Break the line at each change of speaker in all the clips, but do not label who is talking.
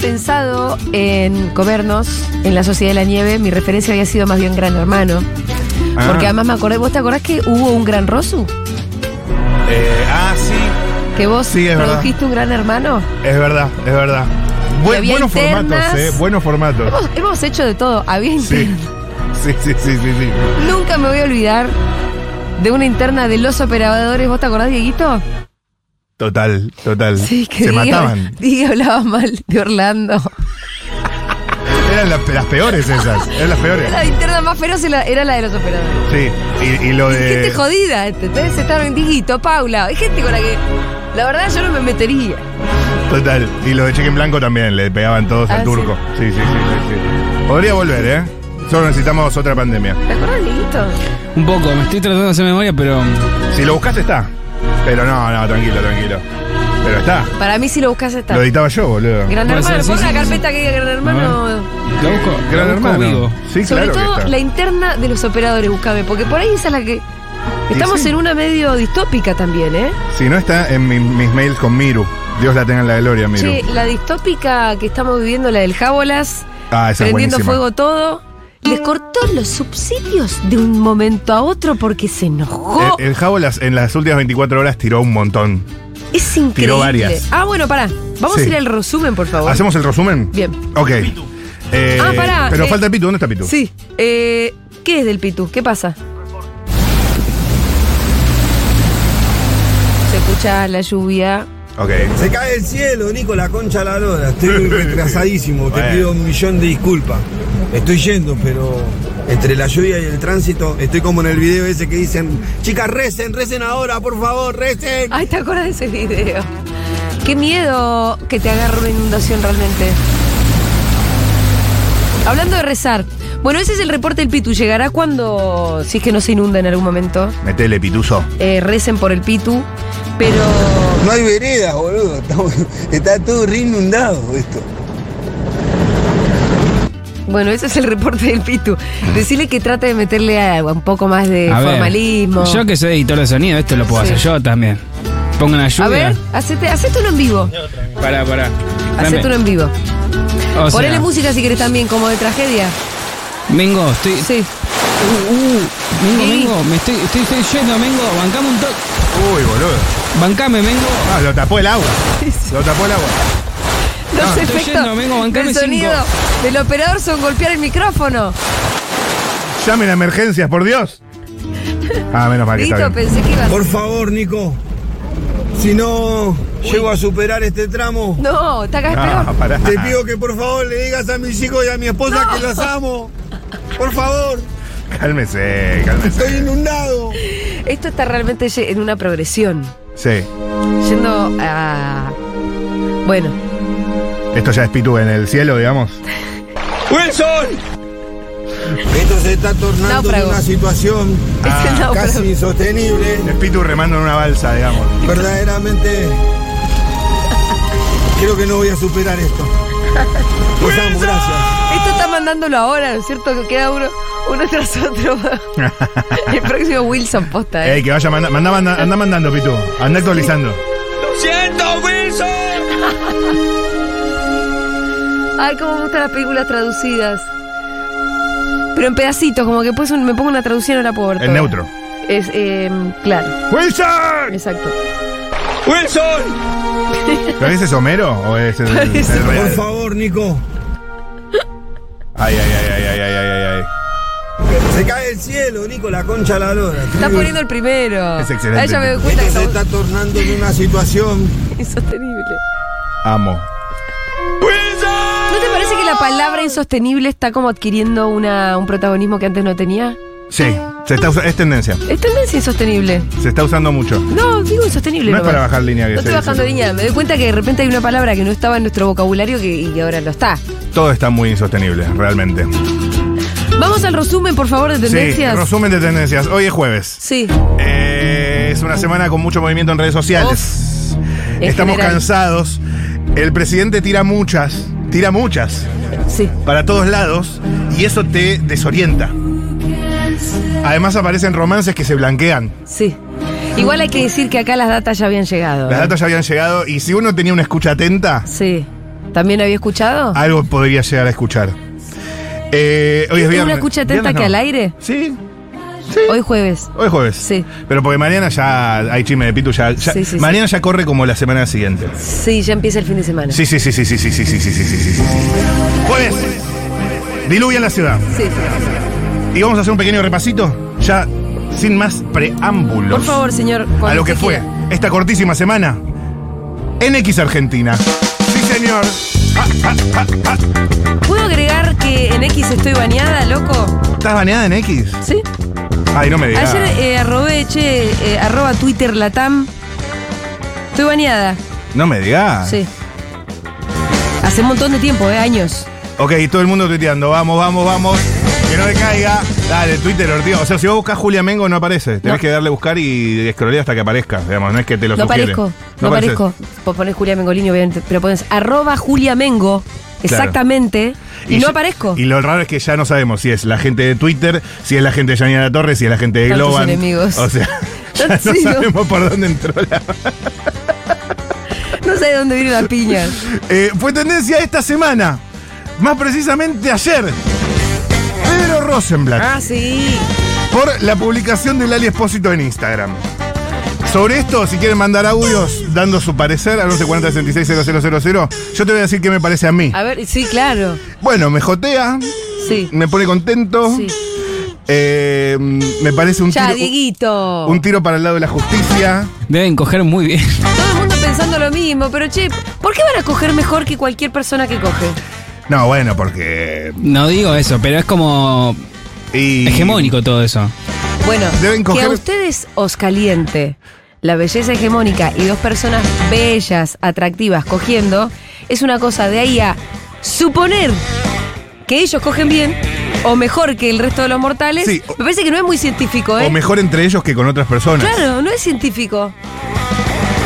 pensado en comernos en la Sociedad de la Nieve. Mi referencia había sido más bien Gran Hermano.
Ah.
Porque además me acordé, ¿vos te acordás que hubo un Gran Rosu?
Eh, ah, sí,
¿Que vos
Sí, es verdad.
produjiste un Gran Hermano?
es verdad, es verdad.
Y
Buen-
había
buenos
internas.
formatos, eh, buenos formatos.
Hemos, hemos hecho de todo. Había
Sí.
interna.
Sí, sí, sí, sí, sí.
Nunca me voy a olvidar de una interna de los operadores. ¿Vos te acordás, Dieguito?
Total, total. Se
Diego-
mataban.
Diego hablaba mal de Orlando.
Eran la- las peores esas. Eran las peores.
La interna más feroz era era la de los operadores.
Sí. Y, y lo
Gente
de.
jodida, ¿entendés? Estaban en Dieguito, Paula. Hay gente con la que, la verdad, yo no me metería.
Total. Y lo de Cheque en Blanco también. Le pegaban todos
Ah,
al
sí.
turco. Sí, sí, sí, sí, sí. Podría volver, ¿eh? Solo necesitamos otra pandemia.
¿Te acuerdas, Dieguito?
Un poco, me estoy tratando de hacer memoria, pero.
Si lo buscaste, está. Pero no, no, tranquilo, tranquilo. Pero está.
Para mí, si lo buscas, está.
Lo editaba yo, boludo.
Gran
Puede
Hermano,
ser, sí,
pon
sí,
una
sí,
carpeta que diga Gran Hermano.
¿Lo busco? ¿Lo
Gran
busco
hermano.
vivo?
Sí,
Sobre
claro
todo
que está.
la interna de los operadores, buscame, porque por ahí esa es la que. Estamos
sí.
en una medio distópica también, ¿eh?
Si no está en mi- mis mails con Miru. Dios la tenga en la gloria, Miru.
Che, la distópica que estamos viviendo, la del Jábolas,
Ah, esa es
prendiendo
buenísima.
fuego todo. Les cortó los subsidios de un momento a otro porque se enojó.
El, el Jabolas en las últimas 24 horas tiró un montón.
es increíble.
varias.
Ah, bueno, pará. Vamos
Sí.
a ir al resumen, por favor.
¿Hacemos el resumen?
Bien.
Ok. Eh,
Ah, pará,
Pero
eh,
falta el Pitu, ¿dónde está Pitu?
Sí. Eh, ¿Qué es del Pitu? ¿Qué pasa? Se escucha la lluvia.
Ok.
Se cae el cielo, Nico, la concha de la lora. Estoy retrasadísimo, te
Bueno.
pido un millón de disculpas. Estoy yendo, pero entre la lluvia y el tránsito, estoy como en el video ese que dicen, chicas, recen, recen ahora, por favor, recen.
Ay, ¿te acuerdas de ese video? Qué miedo que te agarre una inundación realmente. Hablando de rezar. Bueno, ese es el reporte del Pitu. Llegará cuando, si es que no se inunda en algún momento,
Metele, Pituzo.
eh, recen por el Pitu. Pero
No hay veredas, boludo. Estamos- está todo re inundado esto.
Bueno, ese es el reporte del Pitu. Decirle que trate de meterle agua, un poco más de
Ah. A ver,
Eh, formalismo.
Yo que soy editor de sonido, esto lo puedo
Sí.
hacer yo también. Pongan ayuda.
A ver, hacete, hacete uno en vivo.
Pará, pará.
Hacete uno en vivo.
O sea,
Ponele música si querés también, como de tragedia.
Mengo, estoy.
Sí.
Uh, uh, Mengo,
Sí.
Mengo, me estoy, estoy, estoy yendo, Mengo. Bancame un toque.
Uy, boludo.
Bancame, Mengo.
Ah, lo tapó el agua. Lo tapó el agua.
Los
estoy
efectos
yendo, vengo, bancame
del
cinco.
sonido del operador son golpear el micrófono.
Llamen a emergencias, por Dios. Ah, menos mal que está
Listo,
bien.
pensé que iba a...
Por favor, Nico, si no llego a superar este tramo,
No, está acá es
Ah,
peor.
pará.
te pido que por favor le digas a mis hijos y a mi esposa que los amo. Por favor,
Cálmese, cálmese.
estoy inundado.
Esto está realmente ye- en una progresión.
Sí.
Yendo a. Bueno,
Esto ya es Pitu en el cielo, digamos.
Esto se está tornando en
Náufrago.
una situación
es el
casi
náufrago.
insostenible.
Es Pitu remando en una balsa, digamos.
Verdaderamente, creo que no voy a superar esto. Los amo, gracias.
Esto está mandándolo ahora, ¿no es cierto? Que queda uno, uno tras otro. El próximo Wilson posta, ¿eh?
Ey, que vaya, manda, manda, manda- anda mandando, Pitu. Anda actualizando.
Ay, cómo me gustan las películas traducidas. Pero en pedacitos, como que pues me pongo una traducción ahora por.
El neutro.
Es, eh, claro,
¡Wilson!
exacto.
¿Pero ese es Homero o es el, el
Parece.
real?
Por favor, Nico.
Ay, ay, ay, ay, ay, ay, ay, ay, ay.
Se cae el cielo, Nico, la concha de la lora.
Está poniendo el primero.
Es excelente.
Ahí ya me doy cuenta que
Esto se
estamos
está tornando en una situación
insostenible.
Amo.
¿No te parece que la palabra insostenible está como adquiriendo una, un protagonismo que antes no tenía?
Sí, se está usa- es tendencia.
Es tendencia insostenible.
Se está usando mucho.
No, digo insostenible.
No es
nomás.
para bajar línea que
No estoy
se
bajando
dice.
línea. Me doy cuenta que de repente hay una palabra que no estaba en nuestro vocabulario que, y que ahora lo está.
Todo está muy insostenible, realmente.
Vamos al resumen, por favor, de tendencias.
Sí, resumen de tendencias. Hoy es jueves.
Sí.
Eh, es una semana con mucho movimiento en redes sociales.
en
Estamos
general.
cansados. El presidente tira muchas, tira muchas
sí.
para todos lados y eso te desorienta. Además aparecen romances que se blanquean.
Sí. Igual hay que decir que acá las datas ya habían llegado.
Las
¿eh?
datas ya habían llegado y si uno tenía una escucha atenta,
Sí. ¿También había escuchado?
Algo podría llegar a escuchar. Eh, hoy es
¿Una
viernes.
escucha atenta
¿Viernes
que al aire?
Sí.
Hoy jueves.
Hoy es jueves.
Sí.
Pero porque mañana ya hay chisme de Pitu. Ya, ya-
Sí, sí, sí.
mañana ya corre como la semana siguiente.
Sí, ya empieza el fin de semana.
Sí, sí, sí, sí, sí, sí, sí, sí, sí, sí, sí, sí, sí. Jueves. Diluvia en la ciudad.
Sí.
Y vamos a hacer un pequeño repasito, ya sin más preámbulos.
Por favor, señor.
A
cuando
lo que
usted
fue
quiera.
esta cortísima semana. NX Argentina. Sí, señor.
¿Puedo agregar que en X estoy bañada, loco?
¿Estás baneada en X?
Sí.
Ay, no me digas.
Ayer eh, arrobé, che, eh, arroba Twitter Latam. Estoy bañada.
No me digas.
Sí. Hace un montón de tiempo, ¿eh? Años.
Ok, todo el mundo tuiteando. Vamos, vamos, vamos. Que no decaiga. Dale, Twitter, Ortigo. O sea, si vos buscas Julia Mengo, no aparece. Tenés
No.
que darle a buscar y escrolear hasta que aparezca. Digamos, no es que te lo
No
sugiere.
aparezco. No
apareces.
aparezco. Vos ponés Julia Mengolini, obviamente. Pero pones arroba Julia Mengo. Exactamente. Y, no
yo-
aparezco.
Y lo raro es que ya no sabemos si es la gente de Twitter, si es la gente de Yanina Torres, si es la gente de
Tantos
Globan.
enemigos.
O sea, ya no
Sí, ¿no?
sabemos por dónde entró la.
No sé de dónde viene la piña.
Eh, fue tendencia esta semana, más precisamente ayer. Pedro Rosenblatt.
Ah, sí.
por la publicación de Lali Espósito en Instagram. Sobre esto, si quieren mandar audios dando su parecer al 1140-660000, yo te voy a decir qué me parece a mí.
A ver, sí, claro.
Bueno, me jotea,
Sí.
me pone contento,
Sí.
eh, me parece un
Ya,
tiro,
Dieguito.
un tiro para el lado de la justicia.
Deben coger muy bien.
Todo el mundo pensando lo mismo, pero che, ¿por qué van a coger mejor que cualquier persona que coge?
No, bueno, porque...
No digo eso, pero es como
y-
hegemónico todo eso.
Bueno,
Deben
que
coger-
a ustedes os caliente la belleza hegemónica y dos personas bellas, atractivas, cogiendo, es una cosa de ahí a suponer que ellos cogen bien o mejor que el resto de los mortales.
Sí, o-
Me parece que no es muy científico, ¿eh?
O mejor entre ellos que con otras personas.
Claro, no es científico.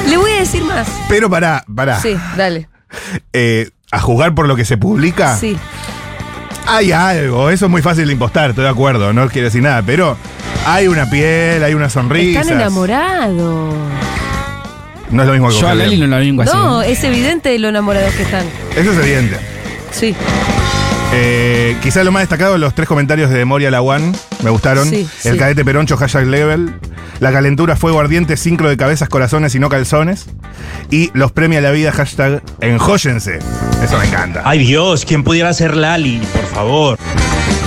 Le voy a decir más.
Pero pará, pará.
Sí, dale.
Eh, a juzgar por lo que se publica,
Sí.
Hay algo, eso es muy fácil de impostar, estoy de acuerdo, no quiero decir nada, pero hay una piel, hay una sonrisa.
Están enamorados.
No es lo mismo que
Yo a
coger
Lali no
bien.
la vengo así.
No, eh, es evidente lo enamorados que están.
Eso es evidente.
Sí.
Eh, quizá lo más destacado, los tres comentarios de Moria Lawan, me gustaron.
Sí,
el
sí.
cadete Peroncho, hashtag level. La calentura, fuego ardiente, sincro de cabezas, corazones y no calzones. Y los premia la vida, hashtag enjóyense. Eso me encanta.
Ay Dios, ¿quién pudiera ser Lali, por favor?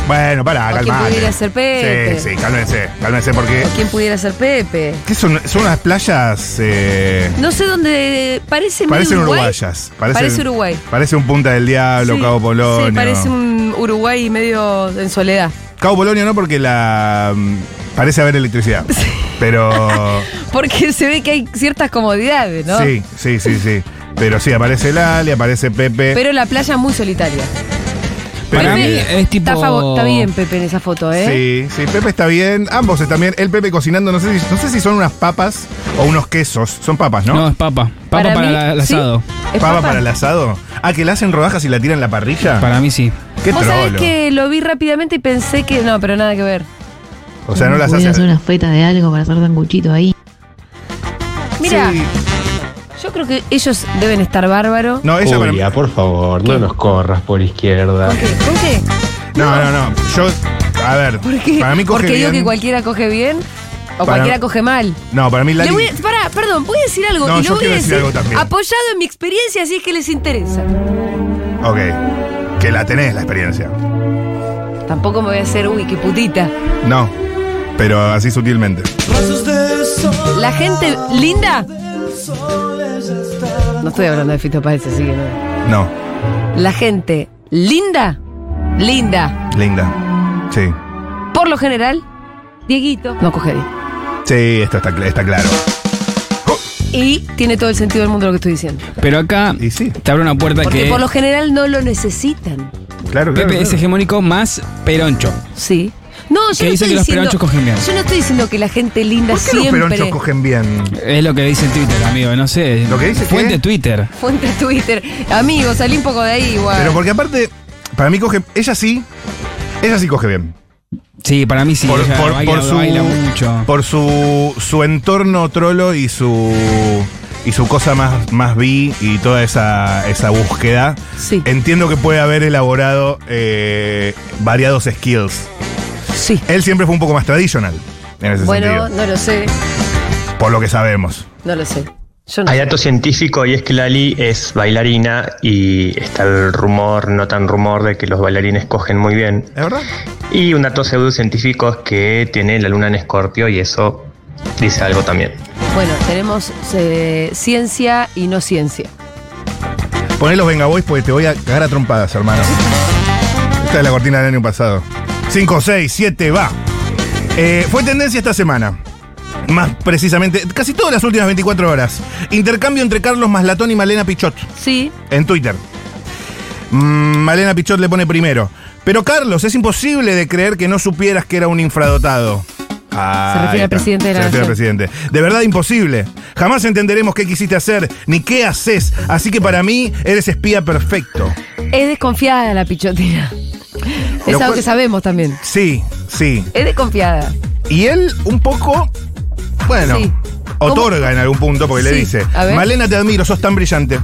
bueno, pará,
O quien
calmate.
pudiera ser Pepe.
Sí, sí, cálmense, cálmense, porque.
¿O quién pudiera ser Pepe?
¿Qué son? Son unas playas. eh,
No sé dónde. Parece medio
Parecen
Mm, Uruguay.
uruguayas.
Parece Uruguay.
Parece un Punta del Diablo,
Sí,
Cabo Polonio.
Sí, parece un Uruguay medio en soledad.
Cabo Polonio no porque la... mm, parece haber electricidad. Pero...
Porque se ve que hay ciertas comodidades, ¿no?
Sí, sí, sí, sí. Pero sí, aparece Lali, aparece Pepe.
Pero la playa muy solitaria.
Pero-
Para mí es tipo.
Está, favo- está bien Pepe en esa foto, ¿eh?
Sí, sí, Pepe está bien, ambos están bien. El Pepe cocinando, no sé si, no sé si son unas papas o unos quesos. Son papas, ¿no?
¿no? es papa. Papa para,
mí,
la- el
sí,
asado.
es
¿Papa para el asado? Ah, que la hacen rodajas y la tiran en la parrilla.
Para mí sí.
Qué
Vos sabés
trolo.
que lo vi rápidamente y pensé que. No, pero nada que ver.
O sea, no las
Voy a
hacen.
hacer unas petas de algo para hacer sanguchito ahí.
Mira,
Sí.
yo creo que ellos deben estar bárbaros.
No, ella para mí-
Julia, por favor, no nos corras por izquierda.
¿Con qué? ¿Con qué?
No, no, no. Yo, a ver,
¿Por qué?
para mí coge
Porque digo
bien.
que cualquiera coge bien o
Para-
cualquiera coge mal.
No, para mí
Le
Lali.
voy a- pará, perdón, voy a decir algo
No,
y
yo
lo voy a
quiero decir
decir,
algo también.
apoyado en mi experiencia si es que les interesa.
Ok. Que la tenés la experiencia.
Tampoco me voy a hacer, uy, qué putita.
No. Pero así sutilmente.
La gente linda. No estoy hablando de Fito Páez, así que no.
No.
La gente linda, linda,
Linda. Sí.
por lo general, Dieguito no coge bien.
Sí, esto está, cl- está claro.
Y tiene todo el sentido del mundo lo que estoy diciendo.
Pero acá
Y sí.
te abre una puerta
Porque
que.
por lo general no lo necesitan.
Claro, claro.
Pepe
claro.
es hegemónico más peroncho.
Sí. No, yo
Que
no
dicen
estoy
que los
diciendo.
peronchos cogen bien.
Yo no estoy diciendo que la gente linda
¿Por qué los
siempre.
peronchos cogen bien?
Es lo que dice en Twitter, amigo. No sé.
¿Lo que dice
Fuente
qué?
Twitter.
Fuente Twitter. Amigo, salí un poco de ahí igual.
Pero porque aparte, para mí coge. Ella sí. Ella sí coge bien.
Sí, para mí sí.
por,
ella
por-
baila,
por su.
baila mucho.
Por su, su entorno trolo y su. y su cosa más, más bi y toda esa, esa búsqueda,
Sí.
entiendo que puede haber elaborado eh, variados skills.
Sí.
Él siempre fue un poco más tradicional en ese
Bueno,
sentido,
no lo sé,
por lo que sabemos.
no lo sé. Yo no
Hay
sé.
dato científico y es que Lali es bailarina y está el rumor, no tan rumor, de que los bailarines cogen muy bien.
¿Es verdad?
Y un dato pseudocientífico es que tiene la luna en escorpio y eso dice algo también.
Bueno, tenemos eh, ciencia y no ciencia.
Poné los Venga Boys porque te voy a cagar a trompadas, hermano. Esta es la cortina del año pasado. 5, 6, 7, va. Eh, fue tendencia esta semana. Más precisamente, casi todas las últimas 24 horas. Intercambio entre Carlos Maslatón y Malena Pichot
Sí,
en Twitter. Mm, Malena Pichot le pone primero. Pero Carlos, es imposible de creer que no supieras que era un infradotado. Ah,
Se refiere
ahí
al
está.
presidente de la
Se refiere al
nación.
presidente. De verdad imposible. Jamás entenderemos qué quisiste hacer, ni qué haces. Así que para mí, eres espía perfecto.
es desconfiada la pichotina. Es algo
Lo cual-
que sabemos también.
Sí, sí.
Es desconfiada.
Y él un poco, bueno,
Sí.
otorga en algún punto porque le
Sí,
dice,
a ver.
Malena, te admiro, sos tan brillante.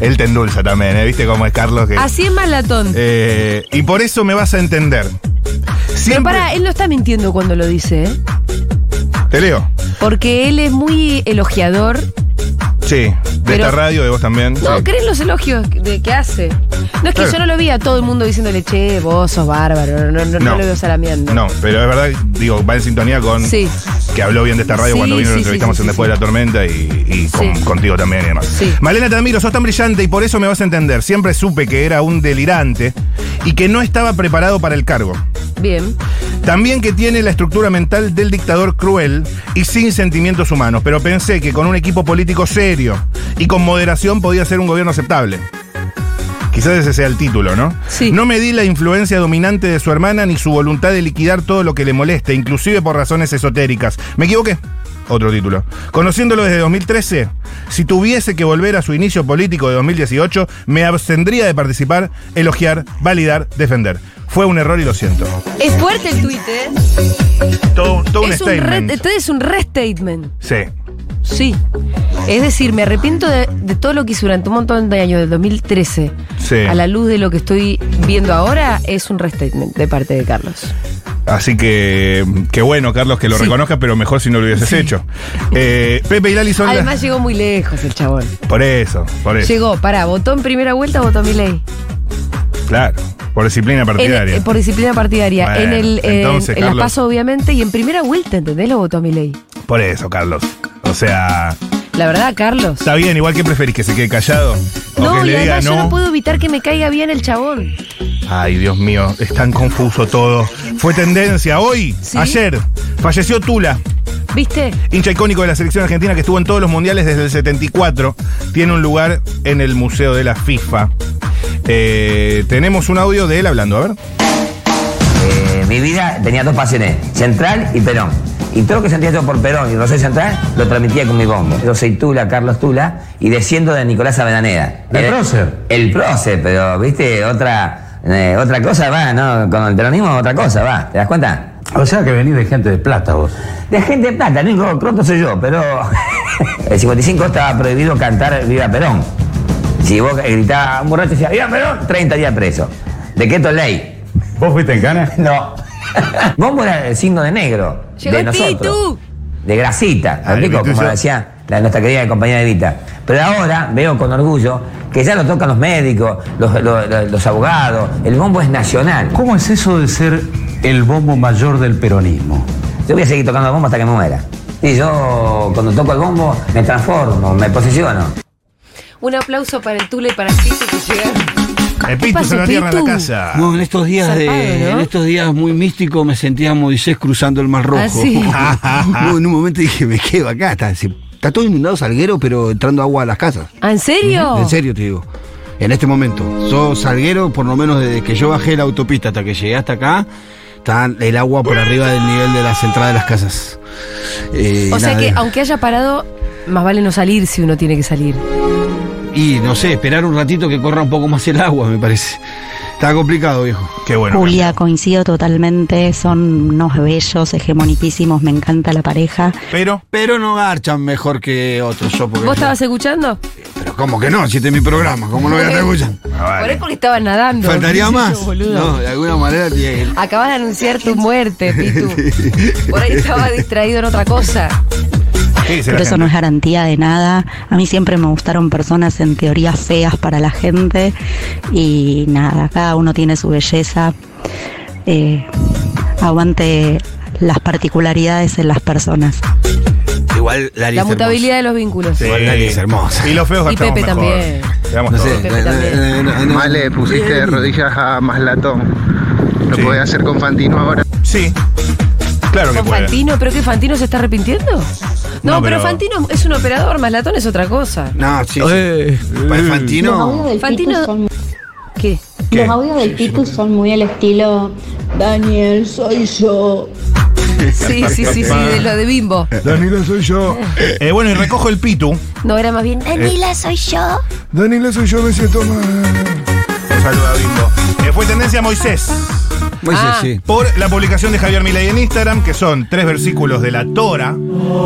Él te endulza también, ¿eh? ¿viste cómo es Carlos? Que,
Así es malatón.
Eh, y por eso me vas a entender.
Pero
Siempre,
para, él no está mintiendo cuando lo dice, ¿eh?
Te leo.
Porque él es muy elogiador.
Sí, de
Pero-
esta radio, de vos también.
No,
sí. Eh.
¿crees los elogios de que hace? No es que
Claro.
yo no lo vi a todo el mundo diciéndole, che, vos sos bárbaro, no, no, no
No.
lo veo salamiando.
No, pero es verdad, digo, va en sintonía con
Sí.
que habló bien de esta radio
Sí,
cuando vino,
sí,
lo
sí,
entrevistamos
sí,
en
sí,
Después
sí.
de la Tormenta y, y con-
Sí.
contigo también y demás.
Sí.
Malena, te admiro, sos tan brillante y por eso me vas a entender. Siempre supe que era un delirante y que no estaba preparado para el cargo.
Bien.
También que tiene la estructura mental del dictador cruel y sin sentimientos humanos, pero pensé que con un equipo político serio y con moderación podía ser un gobierno aceptable. Quizás ese sea el título, ¿no?
Sí.
No medí la influencia dominante de su hermana ni su voluntad de liquidar todo lo que le moleste, inclusive por razones esotéricas. ¿Me equivoqué? Otro título. Conociéndolo desde 2013, si tuviese que volver a su inicio político de 2018, me abstendría de participar, elogiar, validar, defender. Fue un error y lo siento.
Es fuerte el tuit, ¿eh?
Todo, todo un
es
statement.
re- este es un restatement.
sí.
Sí. Es decir, me arrepiento de, de todo lo que hice durante un montón de años, del 2013.
Sí.
A la luz de lo que estoy viendo ahora, es un restatement de parte de Carlos.
Así que, qué bueno, Carlos, que lo
Sí.
reconozcas, pero mejor si no lo hubieses hecho. Eh, Pepe y Lali son. la-
Además, llegó muy lejos el chabón.
Por eso, por eso.
Llegó, pará, votó en primera vuelta, votó Milei.
Claro, por disciplina
En-
partidaria.
eh, por disciplina partidaria.
Bueno,
en el en-
entonces,
en la
Carlos.
paso, obviamente, y en primera vuelta, ¿entendés? Lo votó Milei.
Por eso, Carlos. O sea,
La verdad, Carlos.
está bien, igual que preferís que se quede callado. O
No,
que
y
le diga
además
no.
yo no puedo evitar que me caiga bien el chabón.
Ay, Dios mío, es tan confuso todo. Fue tendencia hoy,
Sí.
ayer. Falleció Tula,
¿Viste?
hincha icónico de la selección argentina que estuvo en todos los mundiales desde el 74, tiene un lugar en el Museo de la FIFA. Eh, tenemos un audio de él hablando, a ver.
Eh, mi vida tenía dos pasiones, Central y Perón. Y todo lo que sentía yo por Perón y Rosario Central lo transmitía con mi bombo. Yo soy Tula, Carlos Tula, y desciendo de Nicolás Avellaneda.
¿Del
Era-
prócer?
El prócer, pero, viste, otra, eh, otra cosa va, ¿no? Con el peronismo otra cosa va, ¿te das cuenta?
O sea que venís de gente de plata vos.
De gente de plata, el único croto soy yo, pero el 55 estaba prohibido cantar Viva Perón. Si vos gritabas a un borracho decía Viva Perón, 30 días preso. Decreto ley.
¿Vos fuiste en cana?
No. Bombo era el signo de negro.
Llegó
de nosotros.
Pitu.
De grasita. ¿me
Ah,
explico?
Pitu,
Como
yo-
decía la, nuestra querida compañera Evita. Pero ahora veo con orgullo que ya lo tocan los médicos, los, los- los- los abogados. El bombo es nacional.
¿Cómo es eso de ser el bombo mayor del peronismo?
Yo voy a seguir tocando el bombo hasta que me muera. Y yo cuando toco el bombo me transformo, me posiciono.
Un aplauso para el Tule y para Pitu que llegaron.
El Pitu
pasó,
se lo tierra en la
Pitu?
casa.
No, en estos días de,
Zarpado, ¿no?
en estos días muy místicos me sentía Moisés cruzando el Mar Rojo.
Ah, sí.
No, en un momento dije, me quedo acá, está, se- está todo inundado salguero, pero entrando agua a las casas.
¿Ah, ¿En serio?
En serio te digo. En este momento. Yo salguero, por lo menos desde que yo bajé la autopista hasta que llegué hasta acá, está el agua por arriba del nivel de las entradas de las casas. Eh,
O sea
nada,
que
eh.
aunque haya parado, más vale no salir si uno tiene que salir.
Y no sé, esperar un ratito que corra un poco más el agua, me parece. Está complicado, viejo.
Qué bueno.
Julia, coincido totalmente, son unos bellos, hegemoniquísimos, me encanta la pareja.
Pero.
Pero no garchan mejor que otros. Yo porque
¿Vos estabas escuchando?
Pero ¿cómo que no? Si este es mi programa, ¿cómo no voy a estar escuchando?
Por ahí porque estabas nadando.
Ah, Faltaría
¿Qué sé yo,
más.
boludo?
no, de alguna manera tiene que-
Acabas de anunciar tu muerte, Pitu. Por ahí estaba distraído en otra cosa.
¿Qué dice la
Pero eso
gente?
no es garantía de nada. A mí siempre me gustaron personas en teoría feas para la gente. Y nada, cada uno tiene su belleza. Eh, aguante las particularidades en las personas.
Igual Lali
La
es hermosa.
mutabilidad de los vínculos.
Igual Lali es hermosa.
Y los feos
Y
gastamos
Pepe
mejor.
también.
Digamos
No
todo.
sé.
Pepe también.
Más le pusiste de rodillas.
Lo puede hacer con Fantino ahora. Sí. Claro que
¿Con
puede.
Fantino? ¿Pero qué Fantino se está arrepintiendo? No,
No,
pero...
pero-
Fantino es un operador, más latón es otra cosa.
No, sí. sí.
Eh.
Para el Fantino.
del Fantino- Pitu son- ¿Qué?
¿Qué?
del Pitu son muy al estilo Daniel, soy yo.
Sí, sí, sí, sí, de lo de Bimbo.
Danilo soy yo.
Eh, bueno, y recojo el pitu.
No, era más bien. Danila, soy yo.
Danilo soy yo, me siento mal.
Un saludo a Bimbo. Eh, fue tendencia Moisés.
Moisés,
Ah.
sí.
Por la publicación de Javier Milei en Instagram, que son tres versículos de la Tora.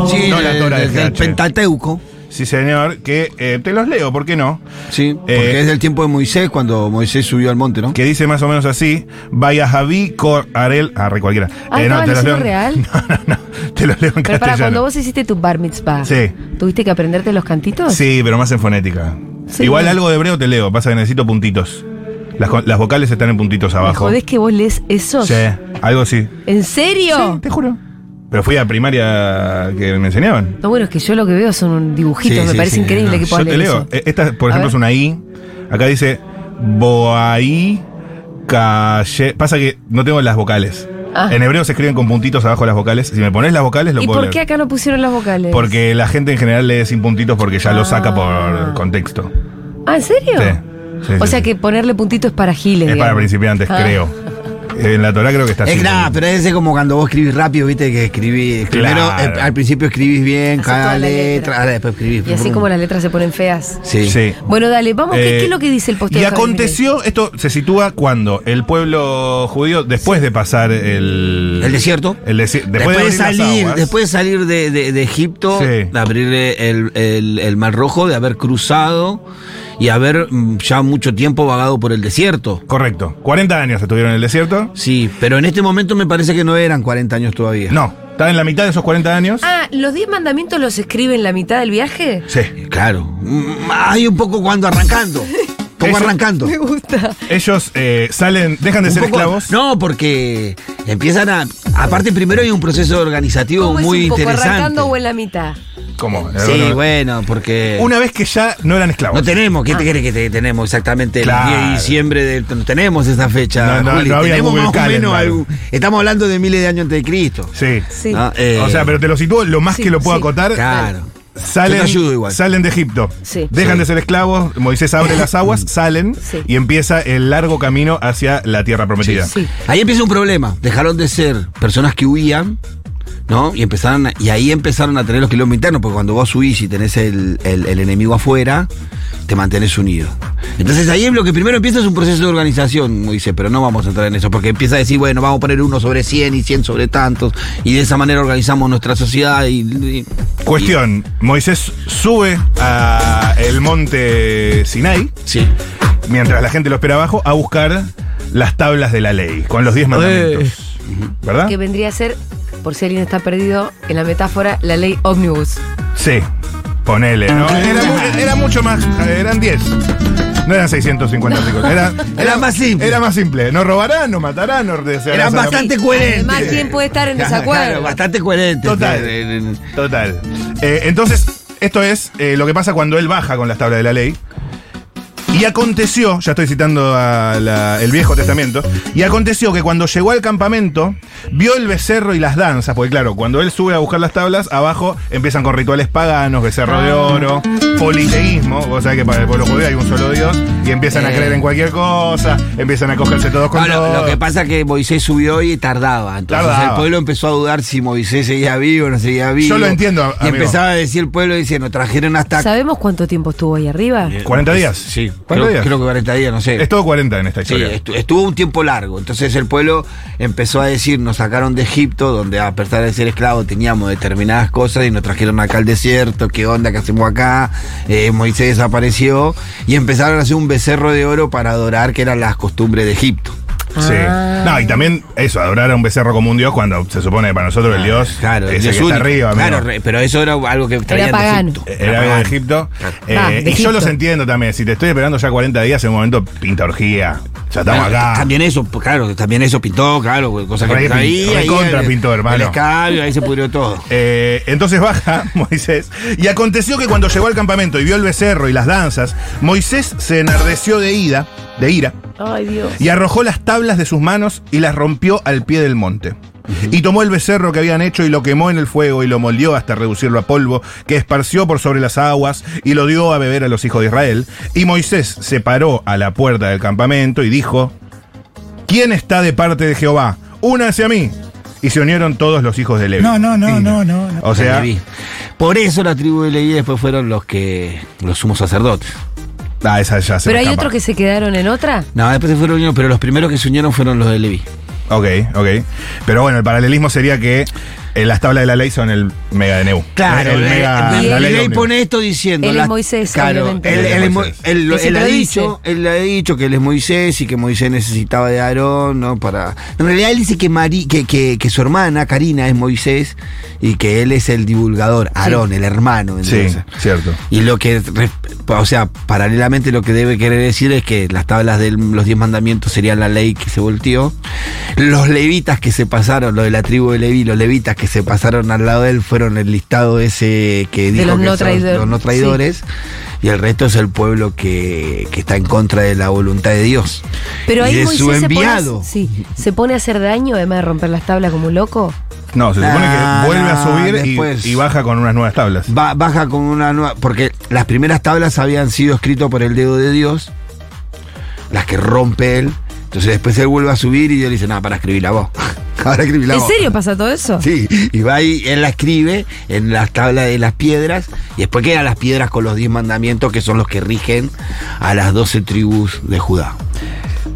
Sí,
No, la
del-
Torah de
del, del
GH.
Pentateuco.
Sí, señor, que eh, te los leo, ¿por qué no?
Sí, porque
Eh,
es del tiempo de Moisés, cuando Moisés subió al monte, ¿no?
Que dice más o menos así: Vaya Javi Cor Arel. Arre, cualquiera. Eh,
Ah, ¿estaban diciendo real?
No, no, no. Te los leo en
Pero para cuando
castellano.
vos hiciste tu bar mitzvah,
Sí.
¿tuviste que aprenderte los cantitos?
Sí, pero más en fonética.
Sí.
Igual algo de hebreo te leo, pasa que necesito puntitos. Las, co- las vocales están en puntitos
¿Me
abajo.
jodés que vos lees esos?
Sí, algo así.
¿En serio?
Te juro. Pero fui a primaria que me enseñaban.
No, bueno, es que yo lo que veo son un dibujitos,
Sí,
me
sí,
parece
sí,
increíble
no,
que
Yo
puedas
te
leer
leo.
eso.
Eh, Esta, por
A
ejemplo,
ver.
es una I. Acá dice Boaí Calle. Pasa que no tengo las vocales.
Ah.
En hebreo se escriben con puntitos abajo las vocales. Si me pones las vocales, lo
¿Y
puedo
por qué
leer.
acá no pusieron las vocales?
Porque la gente en general lee sin puntitos porque ya lo saca
Ah.
por contexto.
¿Ah, en serio?
Sí. Sí,
o
sí,
sea
sí.
que ponerle puntitos es para giles.
Es para
digamos.
principiantes,
Ah.
creo. En la Torah creo que está
Es
así.
nada, pero es como cuando vos escribís rápido, viste que escribís. Primero,
Claro.
eh, al principio escribís bien,
Haces
cada
toda la
letra,
letra.
ahora después escribís.
Y así como las letras se ponen feas.
Sí.
Sí.
Bueno, dale, vamos, ¿qué,
Eh,
qué es lo que dice el posteo?
Y
de Javier
aconteció, esto se sitúa cuando el pueblo judío, después de pasar el.
El desierto.
El desi- después,
Después, de
abrir las
salir,
aguas.
después de salir de, de- de Egipto,
Sí.
de abrir el, el- el Mar Rojo, de haber cruzado y haber mm, ya mucho tiempo vagado por el desierto.
Correcto. 40 años estuvieron en el desierto.
Sí, pero en este momento me parece que no eran 40 años todavía.
No, están en la mitad de esos 40 años.
Milei? Ah, ¿los 10 mandamientos los escribe en la mitad del viaje?
Sí.
Claro. Mm, Hay un poco cuando arrancando. Como
Eso-
arrancando.
Me gusta.
Ellos eh, salen, dejan de
Un
ser
poco-
esclavos.
No, porque empiezan a. Aparte, primero hay un proceso organizativo
¿Cómo
muy
es un poco
interesante.
arrancando o en la mitad?
¿Cómo?
Sí, bueno, porque.
Una vez que ya no eran esclavos.
No tenemos, ¿qué te crees que te- tenemos exactamente
Ah. Claro.
el 10 de diciembre? del- no tenemos esa fecha.
No, no,
Juli,
no había
tenemos
Google
más o menos
Calendar.
algo- Estamos hablando de miles de años antes de Cristo.
Sí.
Sí.
Ah, eh,
O sea, pero eh, te lo sitúo lo más
Sí,
que lo puedo
sí.
acotar.
Claro.
Salen,
Yo te ayudo igual.
salen de Egipto,
Sí.
dejan
Sí.
de ser esclavos, Moisés abre las aguas, salen
Sí.
y empieza el largo camino hacia la tierra prometida.
Sí.
Ahí empieza un problema. Dejaron de ser personas que huían, ¿no? Y empezaron a- y ahí empezaron a tener los kilómetros internos, porque cuando vos huís y tenés el, el- el enemigo afuera, te mantenés unido. Entonces ahí es lo que primero empieza es un proceso de organización, dice, pero no vamos a entrar en eso, porque empieza a decir, bueno, vamos a poner uno sobre 100 y 100 sobre tantos, y de esa manera organizamos nuestra sociedad y... y-
Cuestión, Moisés sube a el monte Sinai,
Sí.
mientras la gente lo espera abajo, a buscar las tablas de la ley, con los 10 mandamientos.
Ah.
¿Verdad?
Que vendría a ser, por si alguien está perdido, en la metáfora, la ley ómnibus.
Sí, ponele, ¿no? Era, mu- era mucho más, eh, eran 10. No eran 650 artículos, era,
Era más simple.
Era más simple. No robarán, no matarán, no desearás
Eran
a la-
bastante coherentes.
Además, ¿quién puede estar en
Claro,
desacuerdo?
bastante coherentes.
Total. Total. Eh, entonces, esto es eh, lo que pasa cuando él baja con las tablas de la ley. Y aconteció, ya estoy citando a la- el Viejo Testamento, y aconteció que cuando llegó al campamento, vio el becerro y las danzas, porque claro, cuando él sube a buscar las tablas, abajo empiezan con rituales paganos, becerro de oro, politeísmo, vos sabés que para el pueblo judío hay un solo Dios, y empiezan a
Eh.
creer en cualquier cosa, empiezan a cogerse todos con
No, lo,
todos.
lo que pasa es que Moisés subió y tardaba. Entonces
Tardaba.
el pueblo empezó a dudar si Moisés seguía vivo o no seguía vivo.
Yo lo entiendo,
Y
amigo.
empezaba a decir el pueblo diciendo, trajeron hasta... Eh,
¿Sabemos cuánto tiempo estuvo ahí arriba?
40 días.
Sí,
40
creo,
días.
creo que 40 días, no sé.
Es todo 40 en esta
Sí,
historia.
estu- estuvo un tiempo largo. Entonces el pueblo empezó a decir, nos sacaron de Egipto, donde a pesar de ser esclavos teníamos determinadas cosas y nos trajeron acá al desierto, qué onda, qué hacemos acá, Eh, Moisés desapareció y empezaron a hacer un becerro de oro para adorar, que eran las costumbres de Egipto.
Sí.
Ah.
No, y también eso, adorar a un becerro como un dios cuando se supone que para nosotros el dios
Ah, Claro,
es el
Dios
que está
único.
arriba. amigo.
Claro, re- pero eso era algo que traían de
pagano.
Egipto.
Era algo de Egipto. Eh,
Ah, de
y yo
Egipto.
los entiendo también. Si te estoy esperando ya 40 días, en un momento pinta orgía. Ya estamos
Bueno,
acá.
También eso, pues, claro, también eso pintó, claro, cosa que
Re-
traía. ahí
recontra
el-
pintó, hermano.
El escabio, ahí se pudrió todo.
Eh, entonces baja Moisés. Y aconteció que cuando llegó al campamento y vio el becerro y las danzas, Moisés se enardeció de ida, de ira,
Ay, Dios.
y arrojó las tablas de sus manos y las rompió al pie del monte. Y tomó el becerro que habían hecho y lo quemó en el fuego y lo moldeó hasta reducirlo a polvo, que esparció por sobre las aguas y lo dio a beber a los hijos de Israel. Y Moisés se paró a la puerta del campamento y dijo, ¿quién está de parte de Jehová? Únanse a mí. Y se unieron todos los hijos de Levi.
No, no, no, no, no. no.
O sea,
Leví. Por eso la tribu de Leví después fueron los que. los sumos sacerdotes.
Ah, esa ya
¿Pero hay otros que se quedaron en otra?
No, después se fueron unidos, pero los primeros que se unieron fueron los de Leví.
Ok, ok. Pero bueno, el paralelismo sería que eh, las tablas de la ley son el mega de Neu. el,
el, eh,
mega.
el-
la
el
ley
Leví
ómnibus.
pone esto diciendo.
Él es
la-
Moisés,
Claro, él,
obviamente.
él es Mo-
Moisés.
él lo-
Que se
él ha
lo dice.
dicho, él ha dicho que él es Moisés y que Moisés necesitaba de Aarón, ¿no? Para. En realidad él dice que Mari, que, que- que su hermana, Karina, es Moisés y que él es el divulgador, Aarón, el hermano.
Sí,
entonces.
cierto.
Y lo que, re- o sea, paralelamente lo que debe querer decir es que las tablas de los diez mandamientos serían la ley que se volteó. Los levitas que se pasaron, lo de la tribu de Leví, los levitas que se pasaron al lado de él fueron el listado ese que dijo
los
que
no
son
traidor-
los no traidores. Y el resto es el pueblo que, que está en contra de la voluntad de Dios.
Pero
y
ahí
de
Moisés
su
se pone a-
enviado.
sí, se pone a hacer daño además de romper las tablas como un loco.
No, se supone
Ah,
que vuelve a subir y-
después.
y, baja con unas nuevas tablas.
Ba- baja con una nueva. Porque las primeras tablas habían sido escritas por el dedo de Dios, las que rompe él. Entonces después él vuelve a subir y Dios le dice, nada, para escribir la voz. Ahora escribí la
¿En
voz.
serio pasa todo eso?
Sí, y va y él la escribe en las tablas de las piedras, y después quedan las piedras con los diez mandamientos que son los que rigen a las doce tribus de Judá.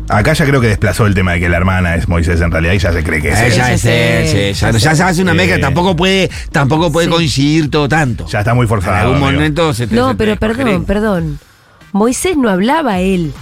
Acá ya creo que desplazó el tema de que la hermana es Moisés en realidad y ya se cree que es él.
Ella Ah, es él, sí, ya, ya se hace una
Sí.
mezcla, tampoco puede, tampoco puede
Sí.
coincidir todo tanto.
Ya está muy
En
forzado.
algún
amigo.
momento se te- se
No,
te
pero
descogeré.
perdón, perdón. Moisés no hablaba él.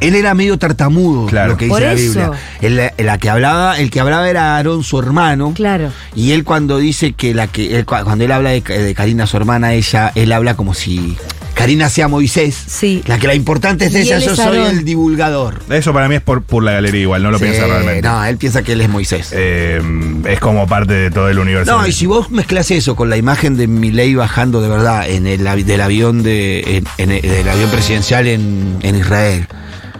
Él era medio tartamudo,
Claro.
lo que dice
Por
la
eso.
Biblia. Él- la- la que hablaba, el que hablaba era Aarón, su hermano.
Claro.
Y él cuando dice que la que él- cua- cuando él habla de, de Karina, su hermana, ella, él habla como si Karina sea Moisés.
Sí.
La que la importante es
Y
ella,
él
yo
es
soy
Aarón.
el divulgador.
Eso para mí es por, por la galería igual, no lo
Sí,
piensa realmente.
No, él piensa que él es Moisés.
Eh, es como parte de todo el universo.
No, y si vos mezclas eso con la imagen de Milei bajando de verdad en el avi- del avión de en- en el- del avión presidencial en, en Israel,